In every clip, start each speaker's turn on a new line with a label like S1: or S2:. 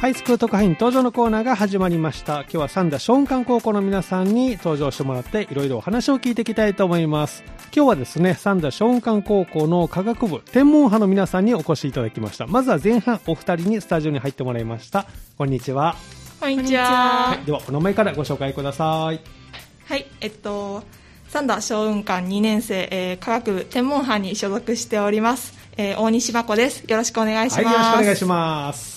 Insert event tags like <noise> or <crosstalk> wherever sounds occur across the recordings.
S1: ハイスクール特派員登場のコーナーが始まりました。今日は三田松漢高校の皆さんに登場してもらって、いろいろお話を聞いていきたいと思います。今日はですね、三田松漢高校の科学部天文派の皆さんにお越しいただきました。まずは前半お二人にスタジオに入ってもらいました。こんにちは。
S2: こんにちは。
S1: では、お名前からご紹介ください。
S2: はい、えっと、三田小雲館2年生、えー科学部天文班に所属しております、えー大西真子です。よろしくお願いし
S1: は
S2: ます。
S1: い、よろしくお願いします。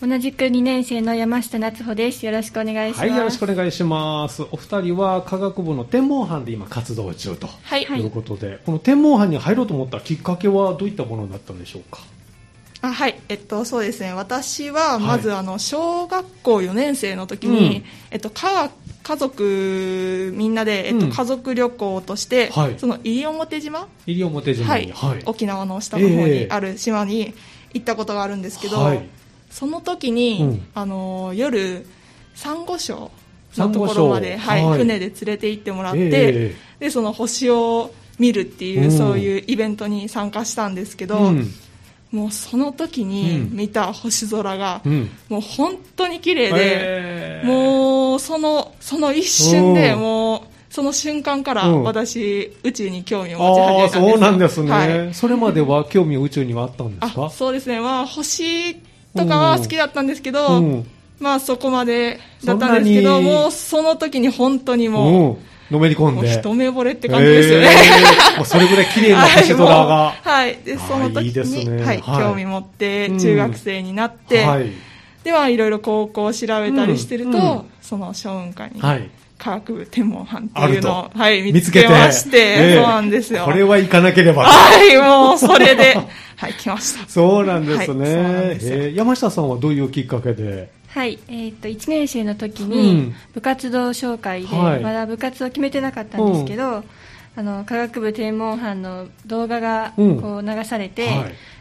S3: 同じく2年生の山下夏穂です。よろしくお願いします。
S1: はい、よろしくお願いします。お二人は科学部の天文班で今活動中と。
S2: はい、
S1: ということで、この天文班に入ろうと思ったきっかけはどういったものだったんでしょうか。
S2: あはい、えっと、そうですね。私は、まず、
S1: は
S2: あの、小学校4年生の時に、
S1: うん
S2: えっと、科学、家族みんなで、えっと
S1: うん
S2: 家族旅行として、
S1: はい
S2: その西表島、
S1: 西表島
S2: は
S1: に。
S2: い沖縄の下の方にある島に行ったことがあるんですけど、
S1: はい
S2: その時に、
S1: うん
S2: あの夜サンゴ礁
S1: サ
S2: の
S1: ン
S2: と
S1: ゴ
S2: こ
S1: 礁
S2: ろまで、はい
S1: はい
S2: 船で連れて行ってもらって、
S1: え
S2: でその星を見るっていう、
S1: うん
S2: そういうイベントに参加したんですけ
S1: え
S2: ど、
S1: うん。
S2: もうその時に
S1: うん
S2: 見た星空が、
S1: うん。
S2: もう本当に綺麗で、
S1: ええ
S2: もうそのその一瞬で
S1: うん
S2: もうその瞬間から
S1: うん
S2: 私、宇宙に興味を持ち
S1: ああ、
S2: 始めたんですよ
S1: そうなんですね、
S2: はい
S1: それまでは興味宇宙にはあったんです
S2: あ
S1: か。
S2: そうですね、まあ、星とかは好きだったんですけど、
S1: うん。
S2: まあそこまでだったんですけ
S1: そ
S2: ど、
S1: んなに
S2: もうその時に本当にもう、
S1: うん。のめり込ん
S2: もう
S1: で。
S2: 一目惚れって感じですよね。
S1: ええもうそれぐらい綺麗な
S2: はい
S1: 星空が。
S2: もう <laughs> はい、で
S1: あー
S2: その時
S1: いいです
S2: に
S1: ね
S2: はい、
S1: はい
S2: 興味持って
S1: うん
S2: 中学生になって、
S1: はい。
S2: ではいろいろ高校を調べたりしてると、
S1: うんうん
S2: その小雲会に、
S1: はい。
S2: 科学部天文班っていうの
S1: ある
S2: を、はい、見つけまして、
S1: ええ
S2: そうなんですよ。
S1: これは行かなければ。
S2: はい、もうそれで、はい、来ました。
S1: そうなんですね。
S2: はいそうなんですよ
S1: えー山下さんはどういうきっかけで、
S3: はいえっ、と、1年生の時
S1: うん
S3: に部活動紹介で、
S1: はい
S3: まだ部活を決めてなかったんですけど、あの、科学部天文班の動画が
S1: うん
S3: こう流されて、
S1: はい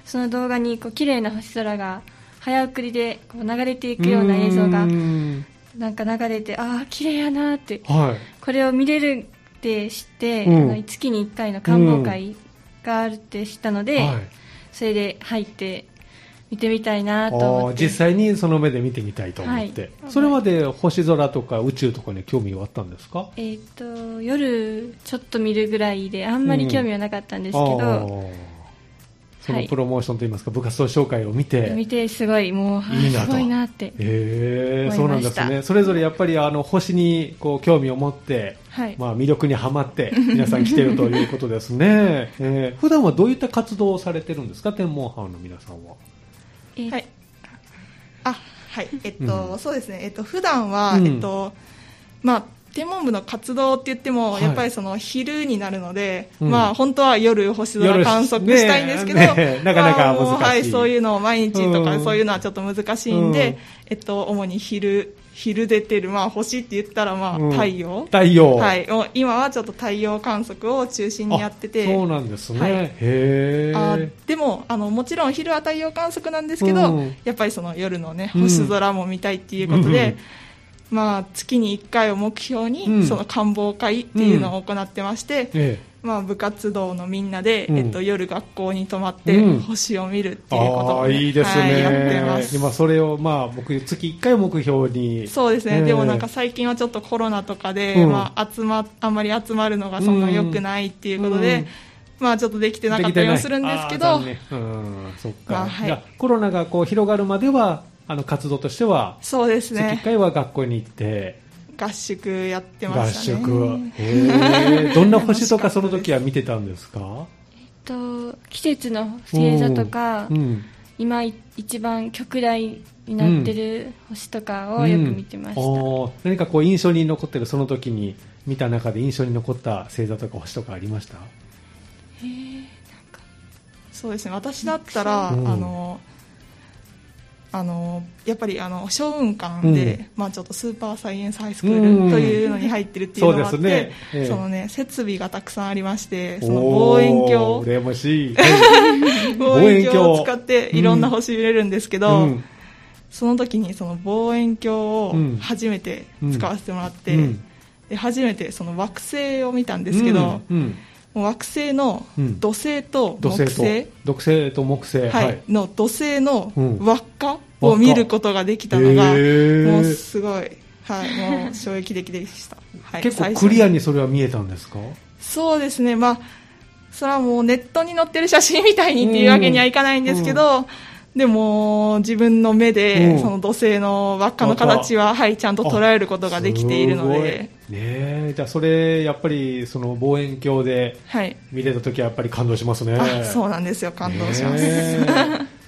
S3: その動画にこう綺麗な星空が早送りでこう流れていくような映像が
S1: うーん
S3: なんか流れて、ああ、綺麗やなーって、
S1: は
S3: これを見れるって知って、
S1: うん
S3: あの月に1回の観望会があるって知ったの
S1: い。
S3: で、
S1: はい。
S3: それで入って見てみたいな
S1: あ
S3: と思
S1: ー
S3: って
S1: 実際にその目で見てみたいと思って、
S3: はい
S1: それまで星空とか宇宙とかに興味はあったんですか
S3: えーっ、と夜ちょっと見るぐらいであんまり興味はなかったんですけど、
S1: あーそ
S3: は
S1: の
S3: い
S1: プロモーションといいますか、部活動紹介を見
S3: 見
S1: て、
S3: てすごいもうあー
S1: いいなと
S3: すごいなって
S1: えー、そ
S3: 思
S1: う
S3: いま
S1: なんで
S3: した
S1: すね、それぞれやっぱりあの星にこう興味を持って、
S2: はい。
S1: まあ、魅力にはまって、皆さん来てるということですね、 <laughs> えー、普段はどういった活動をされてるんですか、天文班の皆さんは。
S3: えー
S2: はい。あ、はい。えっと、
S1: うん
S2: そうですね。えっと、普段は、
S1: うん
S2: えっと、まあ、天文部の活動って言っても、
S1: はい
S2: やっぱりその昼になるので、
S1: うん
S2: まあ本当は夜星空
S1: 夜
S2: 観測したいんですけど、
S1: ねえねえなかなか
S2: まあも
S1: 難
S2: う
S1: しい
S2: はい、そういうのを毎日と
S1: う
S2: か
S1: ん
S2: そういうのはちょっと難しいんで、
S1: うん
S2: えっと、主に昼、昼出てる、まあ星って言ったらまあ
S1: うん
S2: 太陽、
S1: 太陽。
S2: はい、を今はちょっと太陽観測を中心にやってて、
S1: あそうなんですね。
S2: はい
S1: へえ。
S2: あでもあのもちろん昼は太陽観測なんですけど、
S1: うん
S2: やっぱりその夜のね
S1: うん
S2: 星空も見たいっていうことで、まあ、月に1回を目標に、
S1: うん
S2: その観望会っていうのを行ってまして、
S1: え
S2: まあ、部活動のみんなで、
S1: うん
S2: えっと、夜学校に泊まって、
S1: うん
S2: 星を見るっ
S1: え。
S2: ていうこと
S1: あ
S2: を
S1: あ
S2: ね、
S1: いいですね。
S2: はい、やってます。
S1: 今それをまあ僕月一回を目標に。
S2: そうですね、
S1: ええ
S2: でもなんか最近はちょっとコロナとかで、
S1: うん
S2: まあ、集まあんまり集まるのがそんな良くないっていうことで、
S1: うん
S2: まあ、ちょっとできてなかっ
S1: き
S2: た
S1: て
S2: り
S1: な
S2: も
S1: い
S2: するんですけ
S1: あ
S2: ど
S1: あ、残念うん、そっか。
S2: まあはい
S1: じゃあコロナがこう広がるまではあの活動としては
S2: そうです
S1: 月一
S2: ね。
S1: 回は学校に行って。
S2: 合宿やってま
S1: 合
S2: したね。
S1: 宿。
S2: <laughs>
S1: へえ。どんな星とかその時は見てたんですか
S3: えっと季節の星座とか、
S1: うん。
S3: 今い一番極大になってる星とかをよく見てました、
S1: うんおー何かこう印象に残ってるその時に見た中で印象に残った星座とか星とかありました
S2: そうですね。私だったら、
S1: うん
S2: あの、あの、やっぱりあの、小雲館で、
S1: うん
S2: まあちょっとスーパーサイエンスハイスクールというのに入ってるっていうのがあって、
S1: うんそうですねええ
S2: そのね、設備がたくさんありまして、その望遠
S1: お
S2: 鏡、
S1: ー羨ま
S2: <laughs>
S1: しい、
S2: 望遠鏡
S1: 望遠鏡
S2: を使っていろんな星見れるんですけ <laughs> ど、
S1: うん
S2: その時にその望遠鏡を
S1: うん
S2: 初めて使わせてもらって、
S1: うん
S2: で初めてその惑星を見たんですけど、
S1: うんうん
S2: もう惑星の
S1: うん
S2: 土星と
S1: 土
S2: 木
S1: 星と
S2: 星、
S1: 土星と木星
S2: はいの土星の
S1: うん
S2: 輪っかを見ることができたのが、
S1: へー
S2: もうすごい、はい、もう衝撃的でした。は
S1: <laughs>
S2: い、
S1: 結
S2: 最
S1: 構
S2: 初に
S1: クリアにそれは見えたんですか
S2: そうですね、まあ、それはもうネットに載ってる写真みたいにっていうわけにはいかないんですけど、でも自分の目
S1: う
S2: で、
S1: ん
S2: その土星の輪っかの形は、はい、ちゃんと捉えることができているので、
S1: すごいねえじゃあそれやっぱりその望遠鏡で
S2: はい、
S1: 見てた時はやっぱり感動しますね
S2: あそうなんですよ、感動します。
S1: ね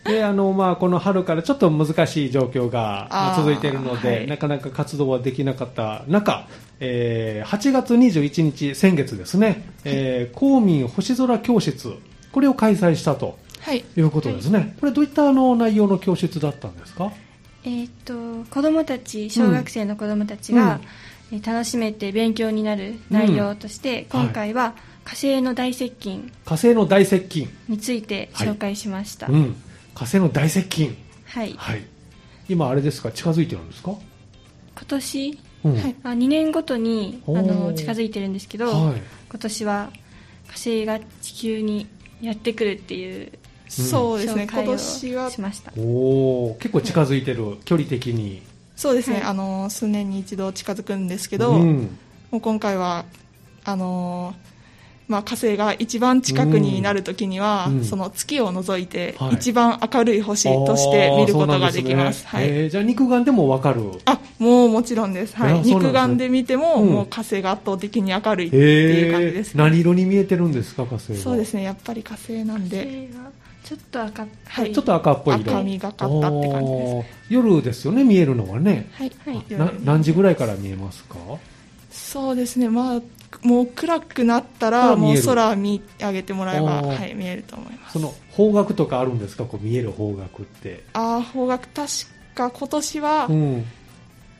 S1: えであのまあ、この春からちょっと難しい状況が
S2: あー
S1: 続いているので、
S2: はい
S1: なかなか活動はできなかった中、えー8月21日、先月ですね、えー公民星空教室、これを開催したと
S2: はい
S1: いうことですね、これ、どういったあの内容の教室だったんですか、
S3: えーっと子供たち小学生の子供たちが、えー楽しめて勉強になる内容として、
S1: うんはい
S3: 今回は火星の大接近
S1: 火星の大接近、
S3: について紹介しました、
S1: う
S3: はい
S1: ん、火星の大接近、はい、今、あれですか、近づいてるんですか、
S3: 今年
S1: うん
S2: はい
S3: あ2年ごとにあ
S1: おー
S3: の近づいてるんですけど、
S1: はい
S3: 今年は火星が地球にやってくるっていう
S2: そうですね、
S3: 紹介を
S2: 今年は
S3: しました
S1: おー結構近づいてる、距離的に。
S2: そうですね、
S3: はい
S2: あの数年に一度近づくんですけど、
S1: うん
S2: もう今回はあのーまあ、火星が一番近くになるときには、
S1: うん
S2: その月を除いて、
S1: はい
S2: 一番明るい星として見ることができます。
S1: あーそうなん
S2: はい
S1: ねえーじゃあ肉眼でもわかる。
S2: あもうもちろんです、はいい
S1: やそうなんですね
S2: 肉眼で見ても、
S1: うん
S2: もう火星が圧倒的に明るいっていう感じです、ね
S1: 何色に見えてるんですか火星は。
S2: そうですねやっぱり火星なん
S3: 火
S2: で
S3: 星がちょっと赤っぽ
S2: はい
S1: ちょっと赤っぽい色。
S2: 赤みがかったって感じです
S1: おー夜ですよね見えるのはね。
S2: はい、
S3: はい
S2: 夜
S1: な何時ぐらいから見えますか。
S2: そうですねまあもう暗くなった
S1: 空
S2: ら
S1: 見
S2: も
S1: え
S2: う
S1: る
S2: 空見上げてもらえば、
S1: おー
S2: はい、見えると思います
S1: その方角とかあるんですかこう見える方角って。
S2: ああ方角確か今年は、
S1: うん。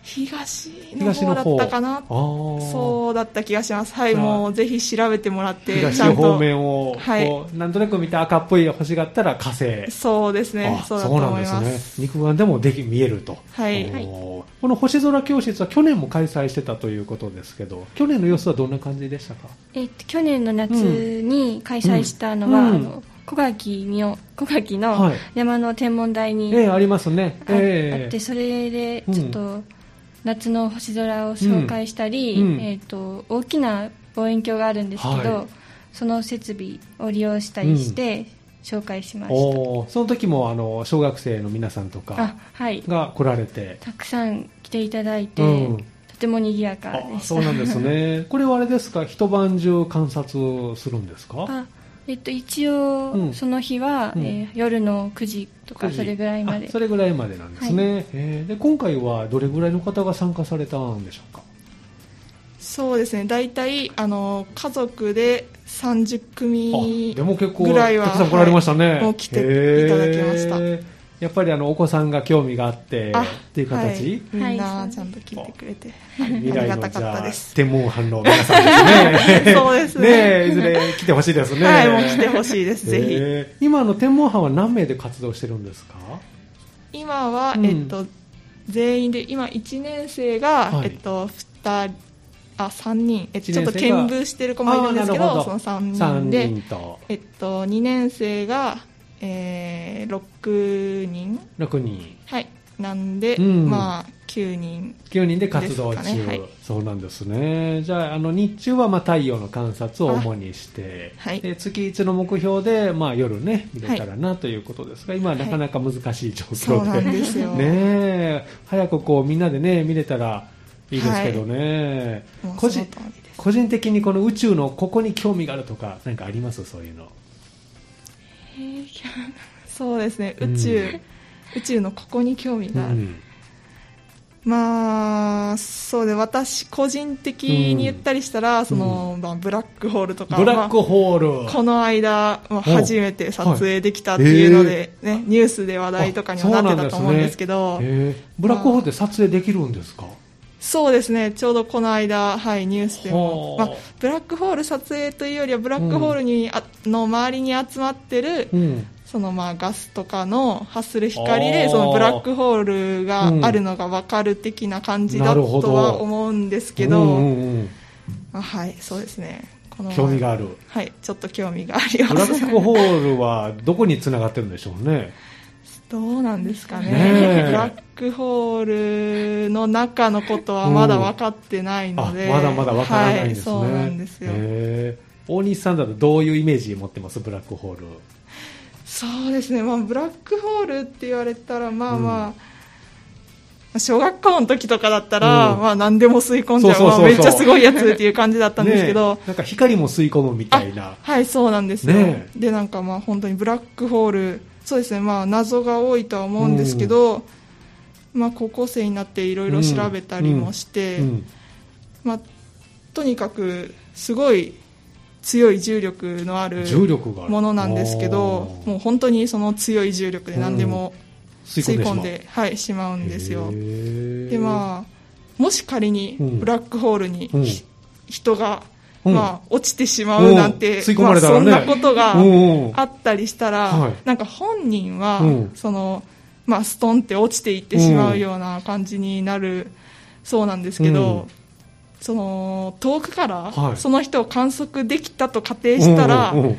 S2: 東の
S1: 東の
S2: 方だ
S1: 方
S2: ったかな
S1: ああ。
S2: そうだった気がしますはい
S1: じゃあ
S2: もうぜひ調べてもらってちゃ
S1: 東
S2: ん
S1: 方
S2: と
S1: 面を
S2: はい
S1: こうなんとなく見た赤っぽい星があったら火星。
S2: そうですね
S1: あ
S2: そうだと思い
S1: そうな
S2: ま
S1: んですすね。肉眼でもでき見えると。
S2: はい
S3: はい
S1: おーこの星空教室は去年も開催してたということですけど、去年の様子はどんな感じでしたか
S3: えっと、去年の夏に開催したのは、
S1: うん
S3: あの小垣にお小垣
S1: は
S3: の
S1: い
S3: 山の天文台に、
S1: ええ、ありますね。
S3: ああ
S1: え
S3: っ
S1: え
S3: てそれでちょっと夏の星空を紹介したり、
S1: うんうん
S3: えっと大きな望遠鏡があるんですけど、
S1: はい
S3: その設備を利用したりして紹介しました、
S1: おーその時もあの小学生の皆さんと
S3: あ
S1: か
S3: はい
S1: が来られて、
S3: たくさん来ていただいて、
S1: うん
S3: とても賑やかで
S1: あ
S3: した
S1: そうなんですね。これはあれですか、一晩中観察するんですか
S3: あえっと、一
S1: う
S3: 応
S1: ん
S3: その日は、
S1: うん
S3: えー夜の9時とか
S1: 9時
S3: それぐらいまで <laughs>
S1: あそれぐらいまでなんですね、ええで今回はどれぐらいの方が参加されたんでしょうか
S2: そうですね大体あの家族で30組
S1: あでも結構
S2: ぐらいは
S1: たくさん来られましたね、
S2: はいもう来ていただきました
S1: へーやっぱりあのお子さんが興味があってっ
S2: あ
S1: ていう
S2: は
S1: 形、
S2: い、みん
S3: は
S2: ないちゃんと聞いてくれて、
S1: 未来
S2: あり
S1: の
S2: が
S1: じ
S2: たかった
S1: ゃあ
S2: です
S1: 天文班の皆さんですね
S2: <laughs> そうです
S1: ね
S2: ね
S1: えいずれ来てほしいですね
S2: はいもう来てほしいです、ぜひ
S1: えー今あの天文班は何名で活動してるんですか
S2: 今は、
S1: うん
S2: えっと、全員で今1年生が、
S1: はい
S2: えっと、2人あ3人、えっと、
S1: 一
S2: ちょ
S1: 年
S2: っ
S1: 生が
S2: と見舞してる子もいるんですけど
S1: あーなるほど
S2: その3人
S1: 三
S2: で
S1: 人と
S2: えっと、2年生が、えー6人、
S1: 6人
S2: はい、なんで、
S1: うん
S2: まあ、9人
S1: 9人で活動中、
S2: ですかねはい
S1: そうなんですねじゃああの日中はまあ太陽の観察を主にして、
S2: あはい
S1: で月1の目標で、まあ、夜ね見れたらなということですが、今はなかなか難しい状
S2: そう
S1: 況
S2: な
S1: で、
S2: んですよ、
S1: ねえ早くこうみんなでね見れたらいいですけどね、
S2: もう
S1: 個
S2: その
S1: 人
S2: 通りです
S1: 個人的にこの宇宙のここに興味があるとかなんかありますそういうの
S2: そうですね
S1: うん
S2: 宇宙、宇宙のここに興味
S1: う
S2: がある、
S1: ん
S2: まあそうで私個人的に言ったりしたら、そのまあ、ブラックホールとか
S1: ブラックホール、
S2: まあこの間、まあ、初めて撮影できたって
S1: はい
S2: いうので、ねニュースで話題とかにもなってたと思うんですけ
S1: あ
S2: ど
S1: そうなんですねへえブラックホールって撮影できるんですか、
S2: そうですねちょうどこの間、はい、ニュースでも、
S1: はあ
S2: まあ、ブラックホール撮影というよりはブラックホールに、あの周りに集まってる
S1: うん、
S2: そのまあガスとかの発する光で
S1: あー
S2: そのブラックホールが
S1: うん
S2: あるのが分かる的な感じ
S1: な
S2: だ
S1: るほど
S2: とは思うんですけど、
S1: うんうんうん
S2: あはいそうですねこの
S1: 興味がある
S2: はいちょっと興味がありま
S1: ブラ
S2: す
S1: ックホールはどこにつながってるんでしょうね
S2: どうなんですかね
S1: ねえ
S2: ブラックホールの中のことはまだ分かってない
S1: あ
S2: ので、
S1: まだまだわからないんですね、
S2: はい、そうなんですよ、
S1: へえ大西さんだとどういうイメージ持ってますブラックホール
S2: そうですね、まあ、ブラックホールって言われたらまあまあ、
S1: う
S2: 小学校の時とかだったら、
S1: うん
S2: まあ、何でも吸い込んじゃう
S1: そうそうそうそう
S2: まあめっちゃすごいやつっていう感じだったんですけど、
S1: ねえなんか光も吸い込むみたいな
S2: はいそうなんですよ、
S1: ね
S2: でなんかまあ本当にブラックホールそうですねまあ謎が多いとは思うんですけど、まあ高校生になっていろいろ調べたりもして、
S1: うん
S2: まあとにかくすごい強い重力のある
S1: 重力がある
S2: ものなんですけど
S1: あー
S2: もう本当にその強い重力で何でも
S1: 吸
S2: 吸い込ん
S1: し
S2: で、はいしまう
S1: まうん
S2: ですよ
S1: で
S2: でまあもし仮に
S1: うん
S2: ブラックホールにひ、
S1: うん
S2: 人が、
S1: うん
S2: まあ、落ちてしまうなん
S1: うん
S2: て、
S1: 吸い込まれたらね
S2: まあ、そんなことが
S1: うんうん
S2: あったりしたら、
S1: はい
S2: なんか本人は、
S1: うん
S2: そのまあ、ストンって落ちていってしまうような感じになるそうなんですけど、
S1: うん
S2: その遠くから
S1: はい
S2: その人を観測できたと仮定したら、
S1: うんうんうん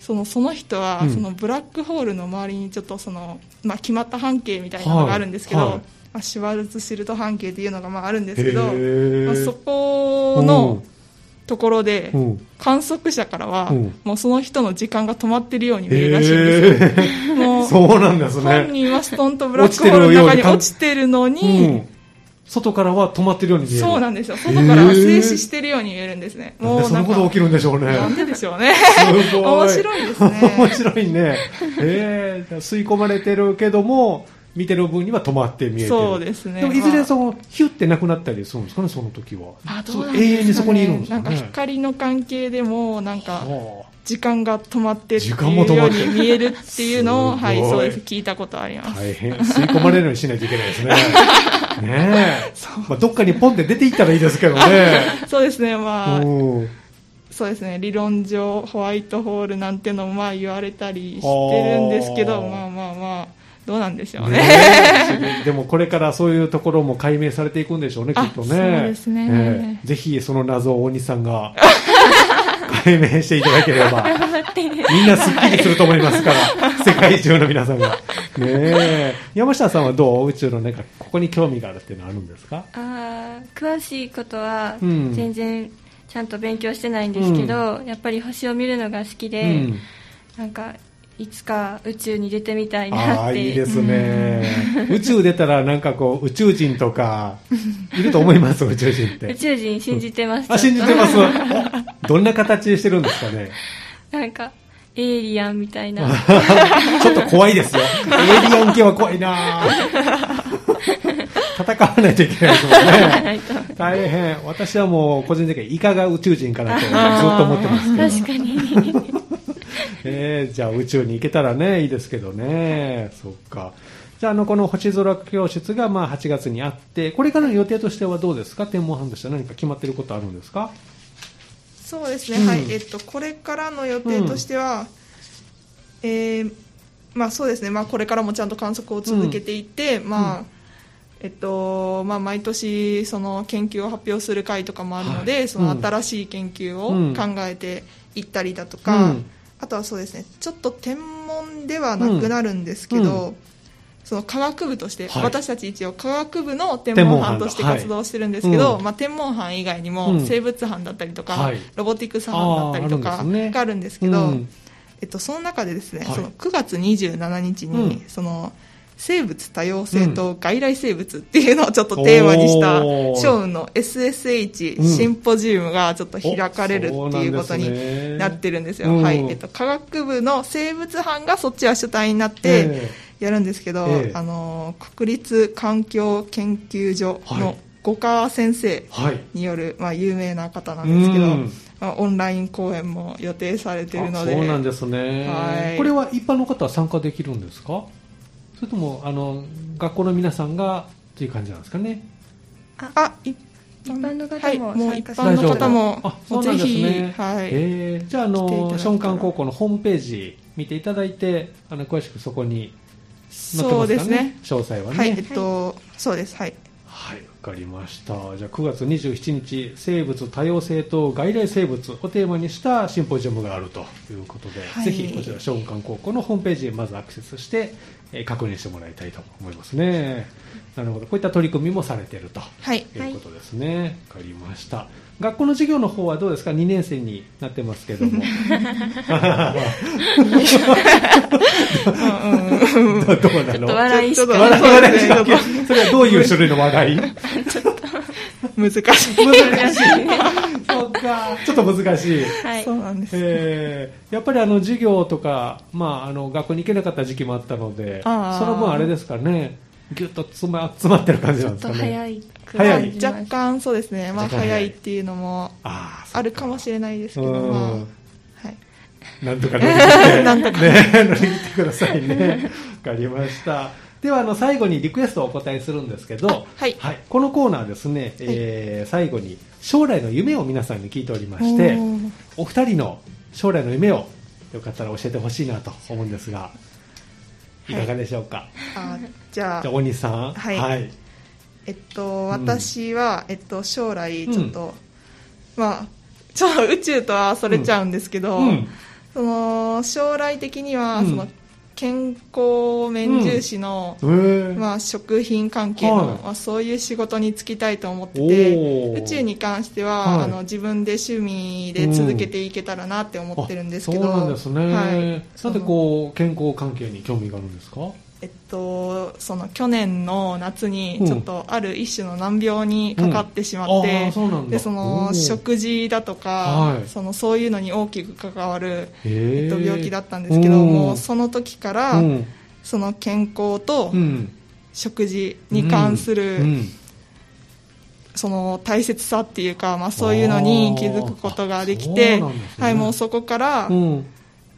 S2: そのその人は、
S1: うん
S2: そのブラックホールの周りにちょっとその、まあ、決まった半径みたいなのがあるんですけど、
S1: はいはい
S2: まあ、シュワルツシルト半径っていうのがまああるんですけど、
S1: へー
S2: まあ、そこのところで
S1: うんうん
S2: 観測者からは、
S1: うん
S2: もうその人の時間が止まってるように見えるらしいんですよ。
S1: へえ
S2: も
S1: <laughs>
S2: う
S1: そうなんです
S2: 本
S1: ね
S2: 人はストンとブラックホールの中に落ちてるの
S1: う
S2: に、
S1: ん外からは止まってるように見える
S2: そうなんんですよ。外からは静止してるように見えるんですね。
S1: なんでそん
S2: な
S1: なんこ
S2: か
S1: と起きるんでしょうね
S2: なんででしょうね。
S1: すごい
S2: 面白いですね
S1: <laughs> 面白いね。ええ吸い込まれてるけども、見てる分には止まって見えてる。
S2: そうですね
S1: でもいず
S2: ま
S1: れ
S2: あ
S1: その、ヒュってなくなったりするんですかね、その時は。
S2: あ
S1: そ
S2: どうなん
S1: 永遠に
S2: です
S1: そ
S2: か
S1: こにいるん
S2: ね
S1: で。す
S2: な
S1: か
S2: ん
S1: ね。
S2: か光の関係でもなんか
S1: はあ
S2: 時間が止まってって
S1: 時間も止
S2: いう
S1: ま
S2: よ
S1: っ
S2: う
S1: て
S2: に見えるっていうの
S1: <laughs>
S2: を
S1: すごい
S2: はいそうです聞いたことあります。
S1: 大変、吸い込まれるようにしないといけないです
S2: <laughs>
S1: ね。ねえ。まあ、どっかにポンって出ていったらいいですけど
S2: <laughs>
S1: ね。
S2: そうですねまあ
S1: う
S2: <laughs>
S1: ん
S2: そうですね理論上ホワイトホールなんてのもまあ言われたりしてるんですけ
S1: あ
S2: ど
S1: ー
S2: まあまあまあどうなんでしょうね。
S1: ねえでもこれからそういうところも解明されていくんでしょうね、き
S2: あ
S1: っとね。
S2: そうですね
S1: ええぜひその謎を大西さんが解明していただければ、みんなスッキリすると思いますから、世界中の皆さんが。ねえ山下さんはどう宇宙の中、ここに興味があるっていうのはあるんですか
S3: あー詳しいことは
S1: うん
S3: 全然ちゃんと勉強してないんですけど、やっぱり星を見るのが好きで、
S1: うん
S3: なんかいつか宇宙に出てみたい
S1: あ
S3: なっ
S1: あ
S3: て
S1: いいですね宇宙出たらなんかこう宇宙人とかいると思います宇宙人っ
S3: 宇
S1: て
S3: 宙人信じてます、
S1: あ信じ
S3: ちょって
S1: ますおどんな形してるんですかね
S3: となんかエイリアンみたいな
S1: <laughs> ちょっと怖いですよエイリアン系は怖いな戦わないといけないですもんね
S3: ないと思う
S1: 大変私はもう個人的にイカが宇宙人かなとずっと思ってますけ
S3: 確か
S1: ど <laughs>
S3: に
S1: えーじゃあ宇宙に行けたらねいいですけどね、そっかじゃああのこの星空教室がまあ8月にあってこれからの予定としてはどうですか天文班としては何か決まってることあるんですか
S2: そうですね、
S1: うん
S2: はい、えっと、これからの予定としては、えーまあ、そうですね、まあ、これからもちゃんと観測を続けていって、まあ。えっとまあ、毎年その研究を発表する会とかもあるので、
S1: はい
S2: その
S1: うん
S2: 新しい研究
S1: うん
S2: を考えていったりだとか、
S1: うん
S2: あとはそうですねちょっと天文ではなくなるんですけど、
S1: うんう
S2: その科学部として、
S1: はい
S2: 私たち一応科学部の天
S1: 天文
S2: 文
S1: 班
S2: 班
S1: だ
S2: として活動してるんですけど、
S1: はいうん
S2: まあ、天文班以外に
S1: う
S2: も
S1: ん
S2: 生物班だったりとか、
S1: はい
S2: ロボティクス班だったりと
S1: あーあ
S2: か
S1: るんですね
S2: があ
S1: う
S2: るんですけど、
S1: ん
S2: えっと、その中でですね、
S1: はい
S2: その9月27日に、
S1: うん
S2: その生物多様性と外来生物っていうのをちょっとテーマにした
S1: おー
S2: ショーンの SSH シンポジウムがちょっと開かれるっていうこと
S1: おそうなんですね
S2: になってるんですよ。
S1: うん
S2: はいえっと、科学部の生物班がそっちは主体になって、
S1: え
S2: やるんですけど、
S1: ええ
S2: あの国立環境研究所
S1: はい
S2: の五川先生
S1: ーはい
S2: による、まあ、有名な方なんですけど、
S1: うん
S2: まあ、オンライン公演も予定されている
S1: あ
S2: ので
S1: そうなんですね、
S2: はい
S1: これは一般の方は参加できるんですかそれともあの学校の皆さんがっていう感じなんですかね
S2: あ一
S3: 一般の方も
S2: はい、もう
S3: 参
S2: 一
S3: 加
S2: 般の方も
S1: あそうなん
S2: ぜ
S1: です
S2: ひ、
S1: ね
S2: はい
S1: えーじゃああ
S2: 来ていただいた
S1: の
S2: ら
S1: ションカン高校のホームページ見ていただいてあの詳しくそこに載って
S2: そ
S1: ま
S2: う
S1: す
S2: で
S1: か
S2: す
S1: ね
S2: ね
S1: 詳細はね
S2: はいえっと、そうですはい
S1: はいわかりましたじゃあ9月27日生物多様性と外来生物をテーマにしたシンポジウムがあるということで、
S2: はい
S1: ぜひこちらションカン高校のホームページにまずアクセスしてえー確認してもらいたいと思いますね。なるほど。こういった取り組みもされていると。
S2: はい
S1: ということですね。わかりました。学校の授業の方はどうですか ?2 年生になってますけども。
S2: うんうん
S1: どうな
S3: ちょっ
S1: の
S3: と笑いし
S2: ちょっ
S3: か
S2: と
S1: 笑わない
S2: ちょっと
S1: それはどういう種類の笑い
S2: 難しい
S1: 難
S3: 難
S1: し
S3: し
S1: い。
S3: い
S1: そうか。ちょっと難しい。
S3: はい
S2: そうなんです、
S1: えーやっぱりあの授業とか、まあ、あの学校に行けなかった時期もあったので、そ
S2: あー
S1: の分あれですかね、ぎゅっと詰ま詰まってる感じ
S3: ち
S1: な
S3: ょ
S1: ん
S3: っ
S1: です
S3: と
S1: かね。
S3: 早いく
S1: 早
S3: ら
S1: い
S3: い
S2: 若干そうですね、まあ、
S1: 若干
S2: 早いっていうのも
S1: あー
S2: あるかもしれないですけど、
S1: うん
S2: まあはい、
S1: なんとか乗り切
S2: <laughs>
S1: って、なんとかね、乗り切ってくださいね。わかりました。では、あの、最後にリクエストをお答えするんですけど、
S2: はい
S1: このコーナーですね、えー最後に将来の夢を皆さんに聞いておりまして、
S2: おー
S1: お二人の将来の夢をよかったら教えてほしいなと思うんですが、いかがでしょうか。
S2: あじゃあ
S1: じゃあ、、大西さん。
S2: はい
S1: はい。
S2: えっと、
S1: ん
S2: 私は、えっと、将来ちょっと、まあちょっと宇宙とはそれちゃうんですけど、
S1: うん
S2: その将来的には、
S1: うん
S2: その健康面重視の、
S1: えー
S2: まあ、食品関係の、
S1: はい
S2: まあ、そういう仕事に就きたいと思って
S1: お
S2: て
S1: ー
S2: 宇宙に関しては、
S1: はい
S2: あの自分で趣味で続けていけたらなって思ってるんですけど、
S1: あそうなんですね。
S2: はい、
S1: なんでこう、健康関係に興味があるんですか
S2: えっと、その去年の夏にちょっとある一種の難病にかかってしまっ
S1: うんあ
S2: て、
S1: ーそうなんだ
S2: でそ
S1: おー
S2: の食事だとか、
S1: はい
S2: そのそういうのに大きく関わる、
S1: え
S2: えっと、病気だったんですけど、もうその時から、
S1: うん
S2: その健康と
S1: うん
S2: 食事に関する、
S1: うん
S2: その大切さっていうか、まあ、そういうのに気づくことができて、
S1: あーそうなんですね
S2: はい、もうそこから、
S1: うん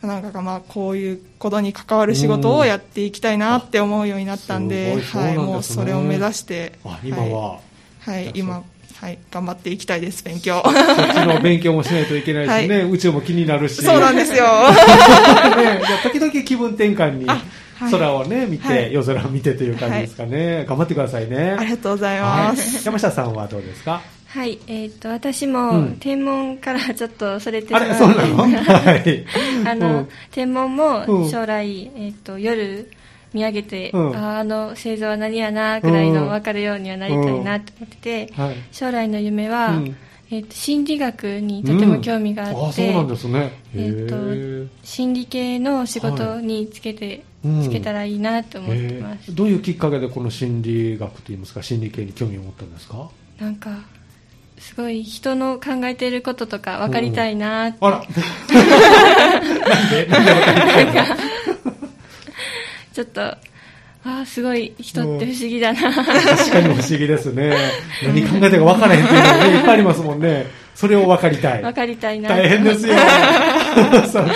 S2: なんかまあこういうことに関わる仕事をやっていきたいなって思うようになったんで、
S1: うんあすごい
S2: はい、
S1: そうなん
S2: も
S1: で
S2: う
S1: すね
S2: それを目指して、
S1: あ今は、
S2: はい、はい、
S1: じゃあ
S2: 今、はい、頑張っていきたいです、
S1: <laughs>
S2: 勉強。 <laughs>
S1: そっちの勉強もしないといけないしね、
S2: は
S1: 宇宙も気になるし
S2: そうなんですよ。
S1: ねじゃあ時々気分転換に
S2: あはい
S1: 空をね見て、
S2: はい
S1: 夜空を見てという感じですかね、頑張ってくださいね
S2: ありがとうございます。
S1: はい山下さんはどうですか
S3: はい、えっと私
S1: う
S3: も
S1: ん
S3: 天文からちょっとそれてし
S1: あ
S3: まう
S1: れそうなのはい
S3: あ
S1: う
S3: の
S1: ん
S3: 天文
S1: うん
S3: も将来、えっと夜見上げて、
S1: うん
S3: あーあの星座は何やなくらいの分かるようにはなりたいなと思ってて、
S1: はい
S3: 将来の夢は、
S1: うん
S3: えっと心理学にとても興味があって、
S1: うんあそうなんですね
S3: えー
S1: へ
S3: 心理系の仕事につけて、
S1: はいうん
S3: つけたらいいなと思ってま
S1: え
S3: す、
S1: どういうきっかけでこの心理学といいますか心理系に興味を持ったんですか
S3: なんかすごい人の考えていることとか分かりたいなって、
S1: あらなんでなんでわかりたいの
S3: ちょっとああすごい人って不思議だな、
S1: 確かに不思議ですね。何考えてるか分からへんっていうのもね、いっぱいありますもんね。それを分かりた
S3: <laughs> 分
S1: い。
S3: かりたいな
S1: 大変ですすよ。 <laughs> そっか。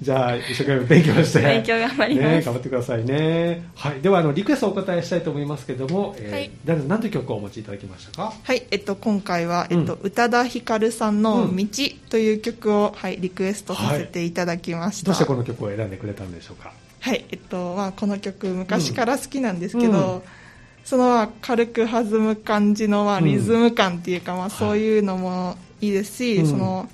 S1: じゃあ、一生懸命勉強して。
S3: 勉強頑張ります
S1: ね、頑張ってくださいね。はい。では、あの、リクエストをお答えしたいと思いますけども、えー
S2: はい
S1: 誰何という曲をお持ちいただきましたか
S2: はい、えっと、今回は、
S1: うん
S2: えっと、宇多田ヒカルさんの
S1: うん
S2: 道という曲を、はい、リクエストさせていただきました。
S1: どうしてこの曲を選んでくれたんでしょうか
S2: はい、えっと、まあ、この曲、昔から好きなんですけど、
S1: うん
S2: その、まあ、軽く弾む感じの、まあ、
S1: うん
S2: リズム感っていうか、ま
S1: い
S2: あ、そういうのもいいですし、
S1: うん
S2: その、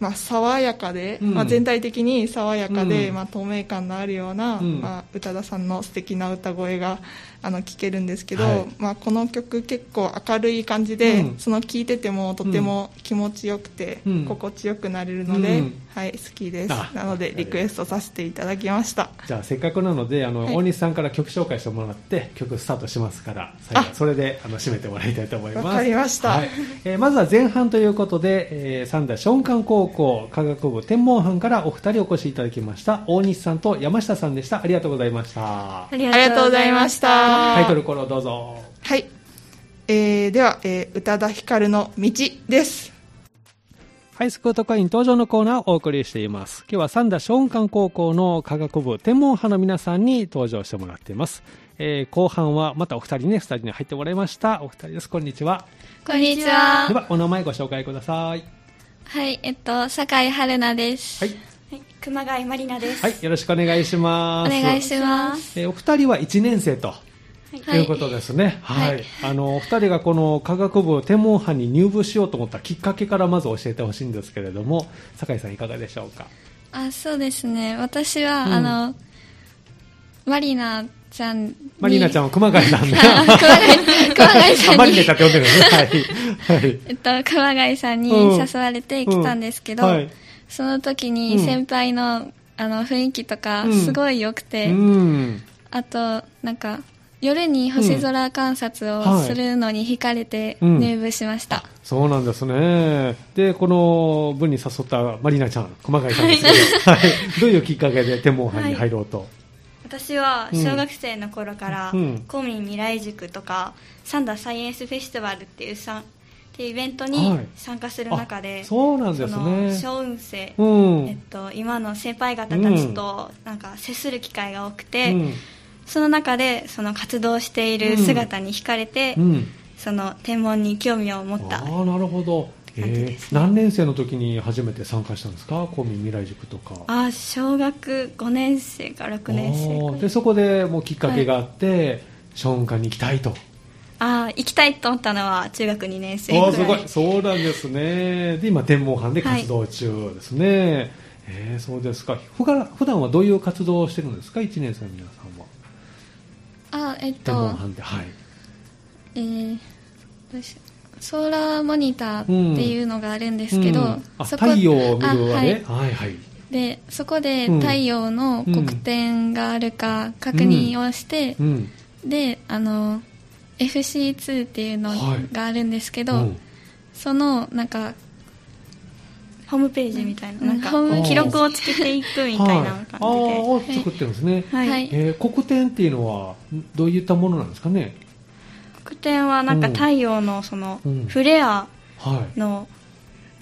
S2: まあ、爽やかで、
S1: うん
S2: まあ、全体的に爽やかで、
S1: うん
S2: まあ、透明感のあるような、
S1: うん
S2: まあ、宇多田さんの素敵な歌声が、あの、聴けるんですけど、
S1: はい
S2: まあ、この曲結構明るい感じで、
S1: うん
S2: その、聴いててもとても気持ちよくて、
S1: うん
S2: 心地よくなれるので、
S1: うん
S2: はい、好きです。
S1: あ
S2: なので、リクエストさせていただきました。
S1: じゃあ、せっかくなので、あの、
S2: はい
S1: 大西さんから曲紹介してもらって、曲スタートしますから、最後、
S2: あ
S1: それで、あの、締めてもらいたいと思います。
S2: わかりました
S1: はいえーまずは前半ということで、えー、三田松漢高校科学部天文班からお二人お越しいただきました、大西さんと山下さんでした。ありがとうございました。
S3: り
S2: ありがとうございまし
S1: タイト
S2: た。
S1: ルコールをどうぞ。
S2: はい。えー、では、えー、宇多田ヒカルの道です。
S1: はい、スクート会員登場のコーナーをお送りしています。今日は三田松漢高校の科学部天文派の皆さんに登場してもらっています。えー後半はまたお二人ね、スタジオに入ってもらいました。お二人です。こんにちは。
S4: こんにちは
S1: で。は、お名前ご紹介ください。
S4: はい、えっと、酒井春菜です。
S1: はい。
S3: はい熊谷まりなです
S1: はい、よろしくお願いします。
S4: お願いします。
S1: えーお二人は1年生と
S4: はい
S1: うことですね。はい。
S4: はい
S1: あの、お二人がこの科学部天文班に入部しようと思ったきっかけからまず教えてほしいんですけれども、酒井さんいかがでしょうか
S4: あ、そうですね。私は、
S1: うん
S4: あの、マリナちゃんに。
S1: マリーナちゃん
S4: ん。
S1: は熊谷なん
S5: <laughs>
S1: で。
S4: 熊
S1: <laughs>
S4: 谷、熊谷さ
S1: あ
S4: ん
S1: マ
S4: に
S1: リー。ナちゃんって呼んでるのね。はい。はい。
S4: えっと、熊谷さんに誘われて来たんですけど、
S1: うんはい
S4: その時
S1: う
S4: に
S1: ん
S4: 先輩の、あの雰囲気とか
S1: うん
S4: すごい良くて、
S1: うん。
S4: あとなんか夜に星空観察
S1: うんは
S4: を
S1: い
S4: するのに惹かれて
S1: うん
S4: 入部しました、
S1: そうなんですね。で、この部に誘ったマリーナちゃん、熊谷さんですけど、はい。どういうきっかけで天文班に入ろうと。
S5: 私は
S1: うん
S5: 小学生の頃から
S1: うん
S5: 公民未来塾とかサンダーサイエンスフェスティバルっていうさんっていうイベント
S1: は
S5: に
S1: い
S5: 参加する中で、
S1: そうなん
S5: そ
S1: です
S5: の
S1: ね。
S5: 小運生、
S1: うん。
S5: えっと、今の先輩方たちとなんか接する機会が多くて、
S1: うん
S5: その中でその活動している姿に惹かれて、
S1: うん。
S5: その天文に興味を持った
S1: ああ、なるほど。
S5: て感じですね
S1: えー何年生の時に初めて参加したんですか公民未来塾とか。
S5: あ小学5年生か6年生
S1: お
S5: か
S1: ーでそこでもうきっかけがあって、ショーン科に行きたいと
S5: あ行きたいと思ったのは中学2年生
S1: おー
S5: ぐ
S1: すご
S5: ら
S1: いそうなんですねで今天文班で活動中ですね、えーそうですかふが普段はどういう活動をしてるんですか1年生の皆さんは
S4: あえっ
S1: 天文
S4: と、
S1: 班ではい
S4: えーどうしようソーラーモニターっていうのがあるんですけど、
S1: うんあ
S4: そこ
S1: 太陽を見る
S4: あ
S1: は
S4: はい
S1: ね、はい、はい
S4: でそこで
S1: うん
S4: 太陽の黒点があるか確認をして
S1: う、ん
S4: であの FC2 っていうの
S1: はい
S4: があるんですけど、
S1: うん
S4: そのなんか
S5: ホームページみたいな,、
S4: うん
S5: な
S4: ホ
S5: ん
S4: ー
S5: か
S1: ム
S5: 記録をつけていくみたい
S1: はい、
S5: な感じで、
S1: あーを作ってるんですね、
S5: はい
S4: はい
S1: えー黒点っていうのはどういったものなんですかね
S5: 黒点はなんか太陽のその
S1: うん
S5: フレア
S1: はい
S5: の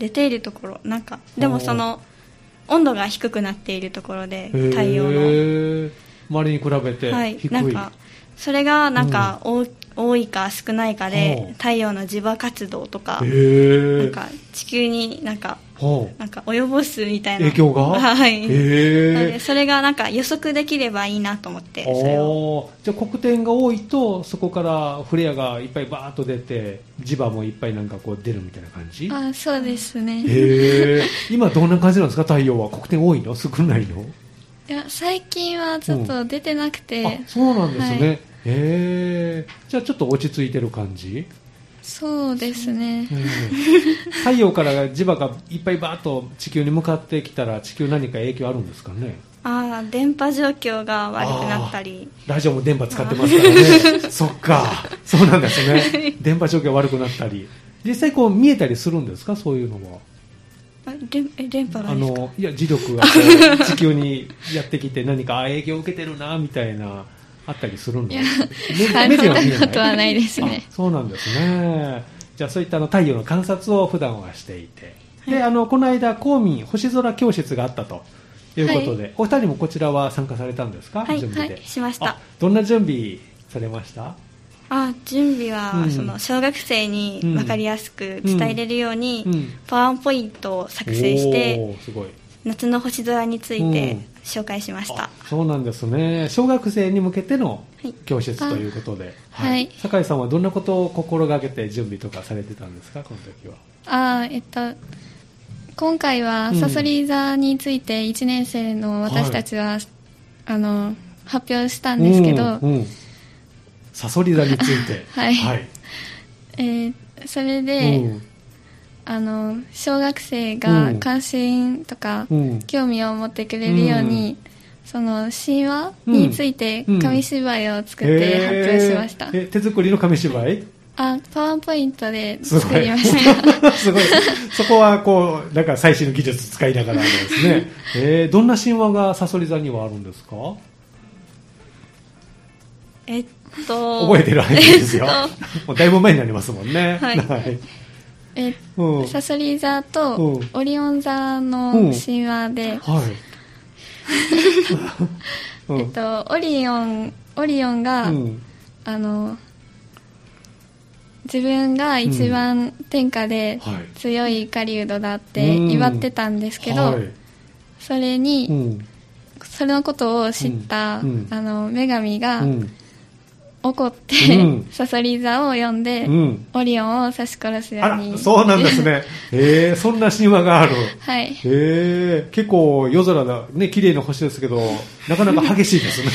S5: 出ているところなんかでもその温度が低くなっているところで太陽の、
S1: へー周りに比べて
S5: はい
S1: 低い、
S5: なんかそれがなんか多,、多いか少ないか
S1: ほう
S5: で太陽の磁場活動とか、
S1: え
S5: なんか地球になんか
S1: はあ
S5: なんか及ぼすみたいな
S1: 影響が
S5: はい、なの
S1: へ
S5: でそれがなんか予測できればいいなと思って
S1: え
S5: それを
S1: じゃあ黒点が多いとそこからフレアがいっぱいバーッと出て磁場もいっぱいなんかこう出るみたいな感じ
S4: あそうですね、
S1: へえ今どんな感じなんですか太陽は黒点多いの少ないの
S4: いや最近はちょっと出てなくて、
S1: あそうなんですね、
S4: は
S1: へえじゃあちょっと落ち着いてる感じ
S4: そうですね
S1: うん太陽から磁場がいっぱいバーッと地球に向かってきたら地球何か影響あるんですかね
S5: ああ電波状況が悪くなったり
S1: ラジオも電波使ってますからね。そっか。そうなんですね。電波状況悪くなったり。実際こう見えたりするんですかそういうのも。
S5: あ電え電波
S1: あ
S5: がですか
S1: の、いや、磁力がこう地球にやってきて何かあ影響を受けてるな、みたいな、あったりするの目
S4: あ
S1: 目では見えな
S4: そんないことはないですね
S1: あそうなんですね。じゃあそういったあの太陽の観察を普段はしていて。で、あの、この間、公民星空教室があったと。いうことで、お二人もこちらは参加されたんですか、
S5: はい
S1: 準備で、
S5: はいしました
S1: あどんな準備されました
S5: あ準備
S1: う
S5: は
S1: ん
S5: その小学生に
S1: うん
S5: 分かりやすく伝えれるように
S1: うん
S5: パワーポイントを作成して
S1: おーすごい
S5: 夏の星空について紹介しました
S1: あそうなんですね小学生に向けての
S5: はい
S1: 教室ということで、
S4: はいはい
S1: 酒井さんはどんなことを心がけて準備とかされてたんですかこの時は
S4: あえっと今回は
S1: うん
S4: サソリ座について1年生の私たちは、あの発表したんですけど、
S1: うんうんサソリ座について
S4: <laughs> はい
S1: はい
S4: えーそれで、
S1: うん
S4: あの小学生が関心とか、
S1: うん
S4: 興味を持ってくれるように、その神話について
S1: うん
S4: 紙芝居を作って発表しました、
S1: えーえ手作りの紙芝居
S4: あパワーポイントです
S1: ごい
S4: 作りました
S1: <laughs> すごいそこはこうなんか最新の技術使いながらです
S4: <laughs>
S1: ね、えーどんな神話がサソリ座にはあるんですか
S5: えっと
S1: 覚えてる間ですよ
S5: えっ。
S1: もうだいぶ前になりますもんね。
S5: はい
S4: えっ
S1: うん。
S4: サソリ座
S1: う
S4: と
S1: ん
S4: オリオン座の神話で、 <laughs>
S1: はい。う
S4: えっ
S1: ん。
S4: と、オリオンオリオンが、
S1: うん
S4: あの自分が一番天下で
S1: はい
S4: 強い狩人だって祝ってたんですけど、
S1: はい
S4: それに、
S1: うん。
S4: それのことを知った、
S1: うんうん
S4: あの女神が、
S1: うん
S4: 怒って、
S1: うん
S4: サソリ座を読んで、
S1: うん
S4: オリオンを刺し殺すよ
S1: あ
S4: うに
S1: ら、そうなんですね。えー、そんな神話がある。
S4: <laughs> はい
S1: えー、結構夜空だ、ね、綺麗な星ですけど、なかなか激しいです
S4: <laughs>
S1: ね。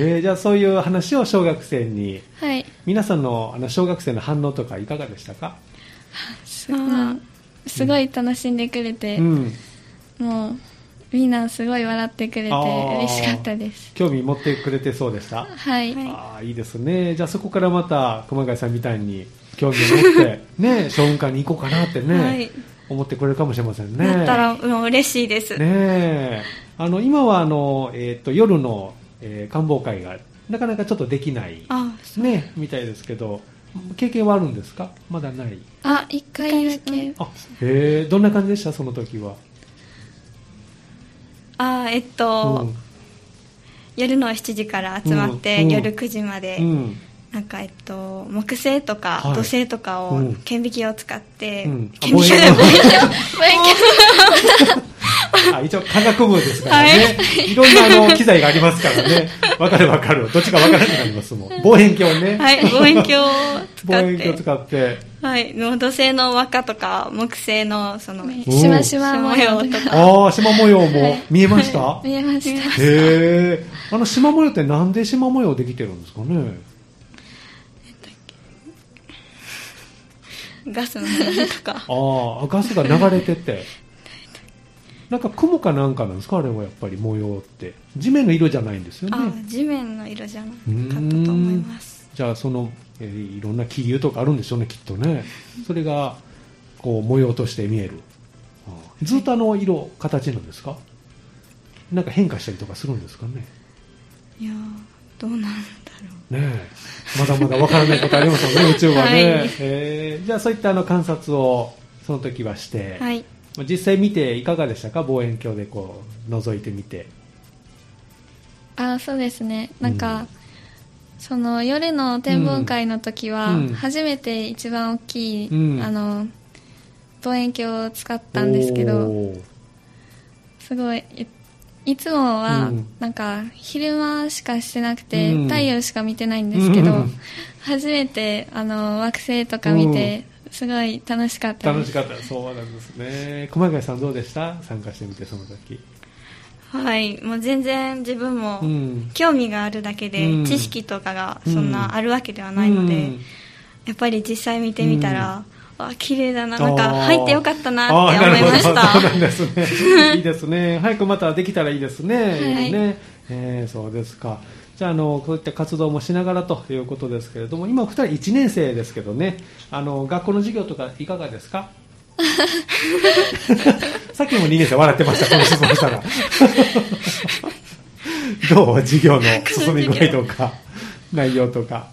S1: えー、じゃあそういう話を小学生に、
S4: はい
S1: 皆さんのあの小学生の反応とかいかがでしたか、
S4: す,、まあ、すごい楽しんでくれて、
S1: うん、
S4: もうみんなすごい笑ってくれて
S1: あー
S4: 嬉しかったです
S1: 興味持ってくれてそうでした
S4: はい、
S5: はい
S1: ああいいですねじゃあそこからまた熊谷さんみたいに興味を持って
S5: <laughs>
S1: ね小雲館に行こうかなってね、
S5: はい
S1: 思ってくれるかもしれませんね
S5: だったらもう嬉しいです、
S1: ねえあの今はあの、えー、と夜の、えー官房会がなかなかちょっとできない
S5: あ
S1: ねみたいですけど経験はあるんですかまだない
S4: あ一回だけ
S1: あへえどんな感じでしたその時は、
S5: あえっ
S1: う
S5: と、
S1: ん
S5: 夜の7時から集まって、
S1: うんうん
S5: 夜9時まで、
S1: うん
S5: なんかえっと木星とか
S1: はい
S5: 土星とか
S1: う
S5: を
S1: ん
S5: 顕微鏡を使って、
S1: うんあ
S5: 顕微鏡
S1: 望遠鏡
S4: 勉
S1: あ一応科学部ですからね、い、ろんなあの機材がありますからねわかるわかるどっちかわからなくなりますもん望遠鏡ね、
S5: <laughs> はい望遠鏡を
S1: 望遠
S5: 使っ
S1: 鏡
S5: て
S1: 使って
S5: はいの土星の輪っかとか木星のその
S4: 強しましま模様
S5: 模
S4: と
S5: 様と
S4: か
S1: ああ縞模様も見えました、
S4: 見えました
S1: へえあの縞模様ってなんで縞模様できてるんですかね
S5: ガスの模様とか
S1: ああガスが流れててなんか雲かなんかなんですかあれはやっぱり模様って地面の色じゃないんですよ
S5: あ
S1: ね
S5: 地面の色じゃなか
S1: う
S5: ったと
S1: ーん
S5: 思います
S1: じゃあその、えーいろんな気流とかあるんでしょうねきっとねそれがこう模様として見えるあーずっとあの色形なんですかなんか変化したりとかするんですかね
S5: いやーどうなんだろ
S1: ねえ、まだまだわからないことありますよね、宇宙はね。
S5: はい
S1: えーじゃあそういったあの観察をその時はして、
S5: うはい
S1: まあ実際見ていかがでしたか望遠鏡でこう覗いてみて。
S4: あそうですねなんか、
S1: うん
S4: その夜の展望会の時は、
S1: うん
S4: 初めて一番大きい、
S1: うん
S4: あの望遠鏡を使ったんですけど
S1: おー
S4: すごいいいつもは、
S1: うん
S4: なんか昼間しかしてなくて、
S1: うん
S4: 太陽しか見てないんですけど、
S1: うん
S4: 初めてあの惑星とか見て、すごい楽しかった
S1: 楽
S4: で
S1: し
S4: す
S1: かった。そうなんですね。熊谷さんどうでした参加してみて、その時。
S5: はいもう全然自分も
S1: うん。
S5: 興味があるだけで、
S1: うん
S5: 知識とかがそんなあるわけではないので、
S1: うん
S5: やっぱり実際見てみたら、あ綺麗だななん
S1: あ
S5: か
S1: ー
S5: 入ってよかったな
S1: あ
S5: っ
S1: ー
S5: て
S1: な
S5: 思
S1: る
S5: い
S1: ほど
S5: ました
S1: そうなんですね。いいですね。早くまたできたらいいですね。
S4: い
S1: ねえーそうですか。じゃあ、あの、こういった活動もしながらということですけれども、今、二人一年生ですけどね、あの、学校の授業とかいかがです
S5: <laughs>
S1: かさっきも二年生笑ってました、この質問
S5: <laughs>
S1: したら。どう授業の進み具合とか、内容とか。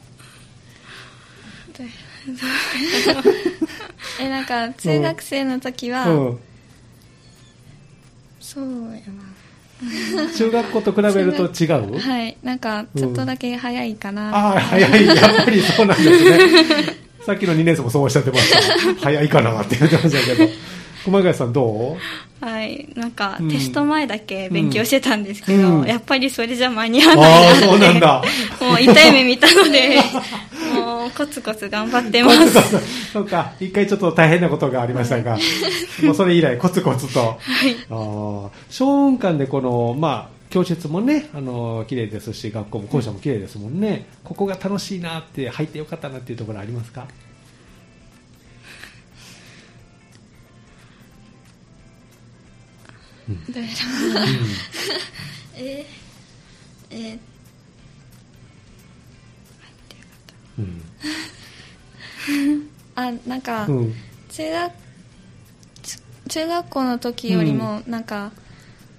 S4: えなんか中学生の時は、
S1: うん。
S4: そうやな
S1: 中学校と比べると違う
S4: はい、なんかちょっとだけ早いかな、
S1: ああ、早い、やっぱりそうなんですね。さっきの2年生もそうおっしゃってました。早いかなって言ってましたけど。熊谷さんどう <laughs>
S5: はいなんか、
S1: うん
S5: テスト前だけ勉強してたんですけど、
S1: うん
S5: やっぱりそれじゃ間に合わない
S1: ああ、
S5: な
S1: そうなんだ。
S5: もう痛い目見たの
S1: <laughs>
S5: でもうコツコツ頑張ってます
S1: そうそう <laughs> そうか、一回ちょっと大変なことがありましたが、もうそれ以来コツコツと。あー小雲館でこの、まあ、教室もね、あの、綺麗ですし、学校も校舎も綺麗ですもんね。ここが楽しいなって、入ってよかったなっていうところありますか
S4: どうや
S5: ええ
S1: うん。
S4: らあなんか、
S1: うん。うん
S4: 中学ち中学校の時よりも、なんか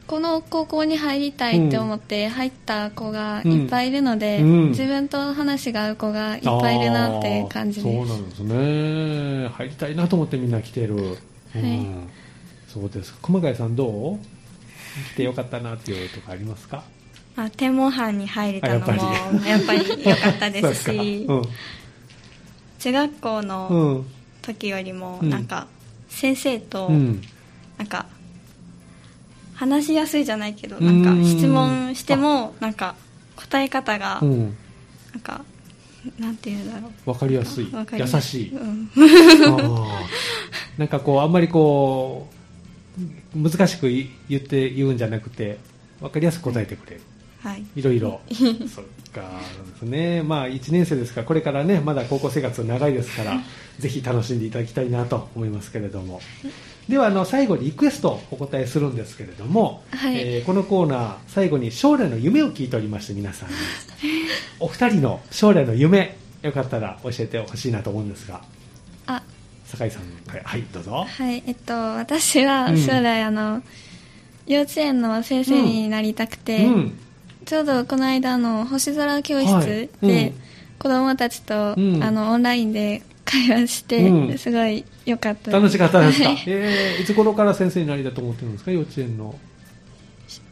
S4: この高校に入りたいって思って入った子がいっぱいいるので、
S1: うんうん
S4: 自分と話が合う子がいっぱいいるなっていう感じ
S1: あーそう
S4: です
S1: なんですね入りたいなと思ってみんな来てる、うん、そうですか熊谷さんどう来てよかったなっていうとかありますか
S5: まあ、天文班に入れたのも
S1: あやっぱり
S5: やっぱり良かったです
S1: <laughs> そう
S5: し、
S1: か
S5: 中学校
S1: う
S5: の
S1: んうん
S5: 時よりも
S1: うん
S5: なんか先生と、
S1: うん
S5: なんか話しやすいじゃないけど
S1: うー
S5: なんんか質問してもなんか答え方が
S1: うん
S5: なんかなんていうんだろ
S1: わかりやすい。
S5: うわかり
S1: 優
S5: ます
S1: し
S4: <laughs>
S1: い。
S5: う、うん、
S1: あーなんかこう、あんまりこう、難しくい言って、言うんじゃなくて、わかりやすく答えてくれる。
S5: はい
S1: いろい
S4: <laughs>
S1: ろ。そっか、そうですね。まあ、1年生ですから、これからね、まだ高校生活長いです
S4: <laughs>
S1: から、ぜひ楽しんでいただきたいなと思いますけれども。では、あの、最後にリクエストをお答えするんですけれども、
S4: はい
S1: えーこのコーナー、最後に将来の夢を聞いておりまして、皆
S4: <laughs>
S1: さんに。お二人の将来の夢、よかったら教えてほしいなと思うんですが、
S4: あ
S1: 酒井さんから、はい、どうぞ。
S4: はいえっと私は
S1: うん
S4: 将来、あの幼稚園の先生になりたくて、
S1: うん。
S4: ちょうどこの間の星空教
S1: はい
S4: 室
S1: うん
S4: <laughs> で子供たちと、
S1: うん
S4: あのオンラインで会話して、
S1: うん
S4: すごい良かったです
S1: 楽しかったですか
S4: はい。
S1: えー、いつ頃から先生になりたいと思ってるんですか、幼稚園の。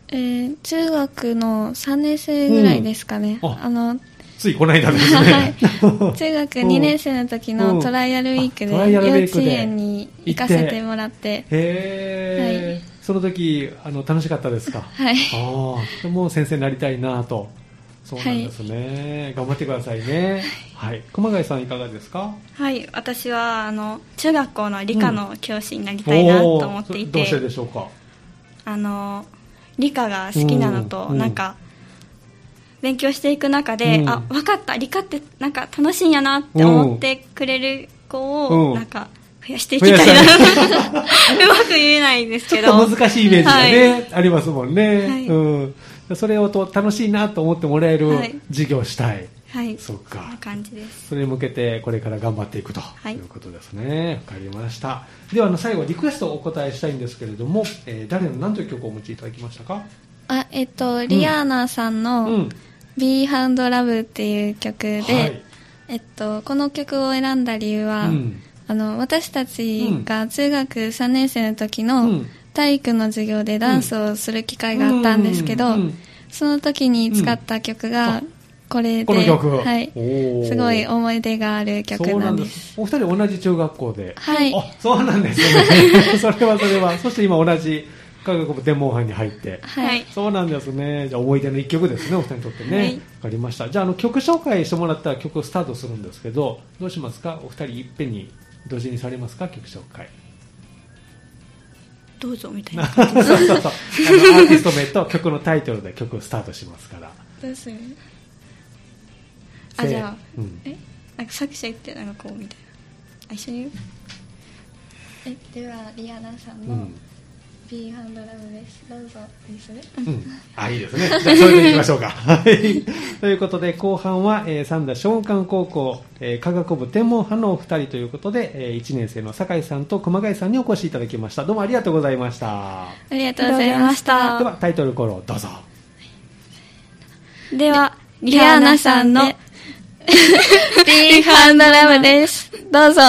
S4: えー中学の3年生ぐらいですかね、
S1: うんあ
S4: あの
S1: ついこの間です
S5: <laughs>
S1: ね。
S4: 中学2年生の時
S1: うん
S4: のトライアルウィーク
S1: あ
S4: で
S1: トライアルウ
S4: 幼
S1: ィーク
S4: 稚
S1: で
S4: 園に行かせてもらって
S1: へえ、
S4: は
S1: その時あの楽しかったですか。
S4: はい
S1: ああ、でもう先生になりたいなと。そうなんですね、頑張ってくださいね。はい、熊谷さんいかがですか。
S5: はい私はあの中学校の理科の教師になりたいなと思ってい、
S1: おーどうしててでしょうか。
S5: あの理科が好きなのと、
S1: うん
S5: なんか勉強していく中で、
S1: うん
S5: あ分かった理科ってなんか楽しいんやなって思ってくれる子を、
S1: うん
S5: なんか増やしていきたいな
S1: <laughs>
S5: うまく言えないんです
S1: ちょ
S5: け
S1: っ
S5: ど
S1: と難しいイメージがね、
S5: は
S1: ありますもんね。
S5: はい
S1: うん、それをと楽しいなと思ってもらえる
S5: はい
S1: 授業をしたい。
S5: はい
S1: そ
S5: そう
S1: か
S5: んな感じです
S1: それに向けてこれから頑張っていくと
S5: い
S1: いうことですね、わかりましたではあの最後リクエストをお答えしたいんですけれども、えー誰の何という曲をお持ちいただきましたか
S4: あえっとリアーナさん
S1: う
S4: の
S1: ん
S4: 「BeHoundLove」っていう曲
S1: は
S4: で、
S1: い
S4: えっと、この曲を選んだ理由は、
S1: うん
S4: あの私たちが中学3年生の時の体育の授業でダンスをする機会があったんですけど、
S1: うんうん
S4: その時に使った曲がこれで、
S1: この曲
S4: はい
S1: お、ー
S4: すごい思い出がある曲なんです。
S1: そうなんですお二人同じ中学校で、
S4: はい
S1: あそうなんです
S4: <laughs>
S1: ねそれはそれはそして今同じ科学部天文班に入って
S4: は
S5: はいい、
S1: そうなんですねじゃあ思い出の一曲ですねお二人にとってね、わ
S5: はい
S1: かりましたじゃああの曲紹介してもらったら曲をスタートするんですけどどうしますかお二人いっぺんに同時にされますか曲紹
S5: <laughs>
S1: 介
S5: どうぞみたい
S1: そう
S5: な
S1: そうそうあのアーティスト名と曲のタイトルで曲をスタートしますから
S4: どうする
S5: あじゃあ
S1: せーうん
S5: えなんか作者言ってなんかこうみたいなあ一緒に言う
S4: えではリアナさん
S1: う
S4: の
S1: ん
S4: 「BeHoundLove」ですどうぞにする
S1: うんあいいですねじゃあそれでいきましょうかはいということで後半は、えー、三田松漢高校、えー科学部天文派のお二人ということで、え1年生の酒井さんと熊谷さんにお越しいただきましたどうもありがとうございました
S4: ありがとうございました
S1: ではタイトルコールをどうぞ
S5: では
S4: リアーナさ <laughs> んの B ハンドラブです。どうぞ。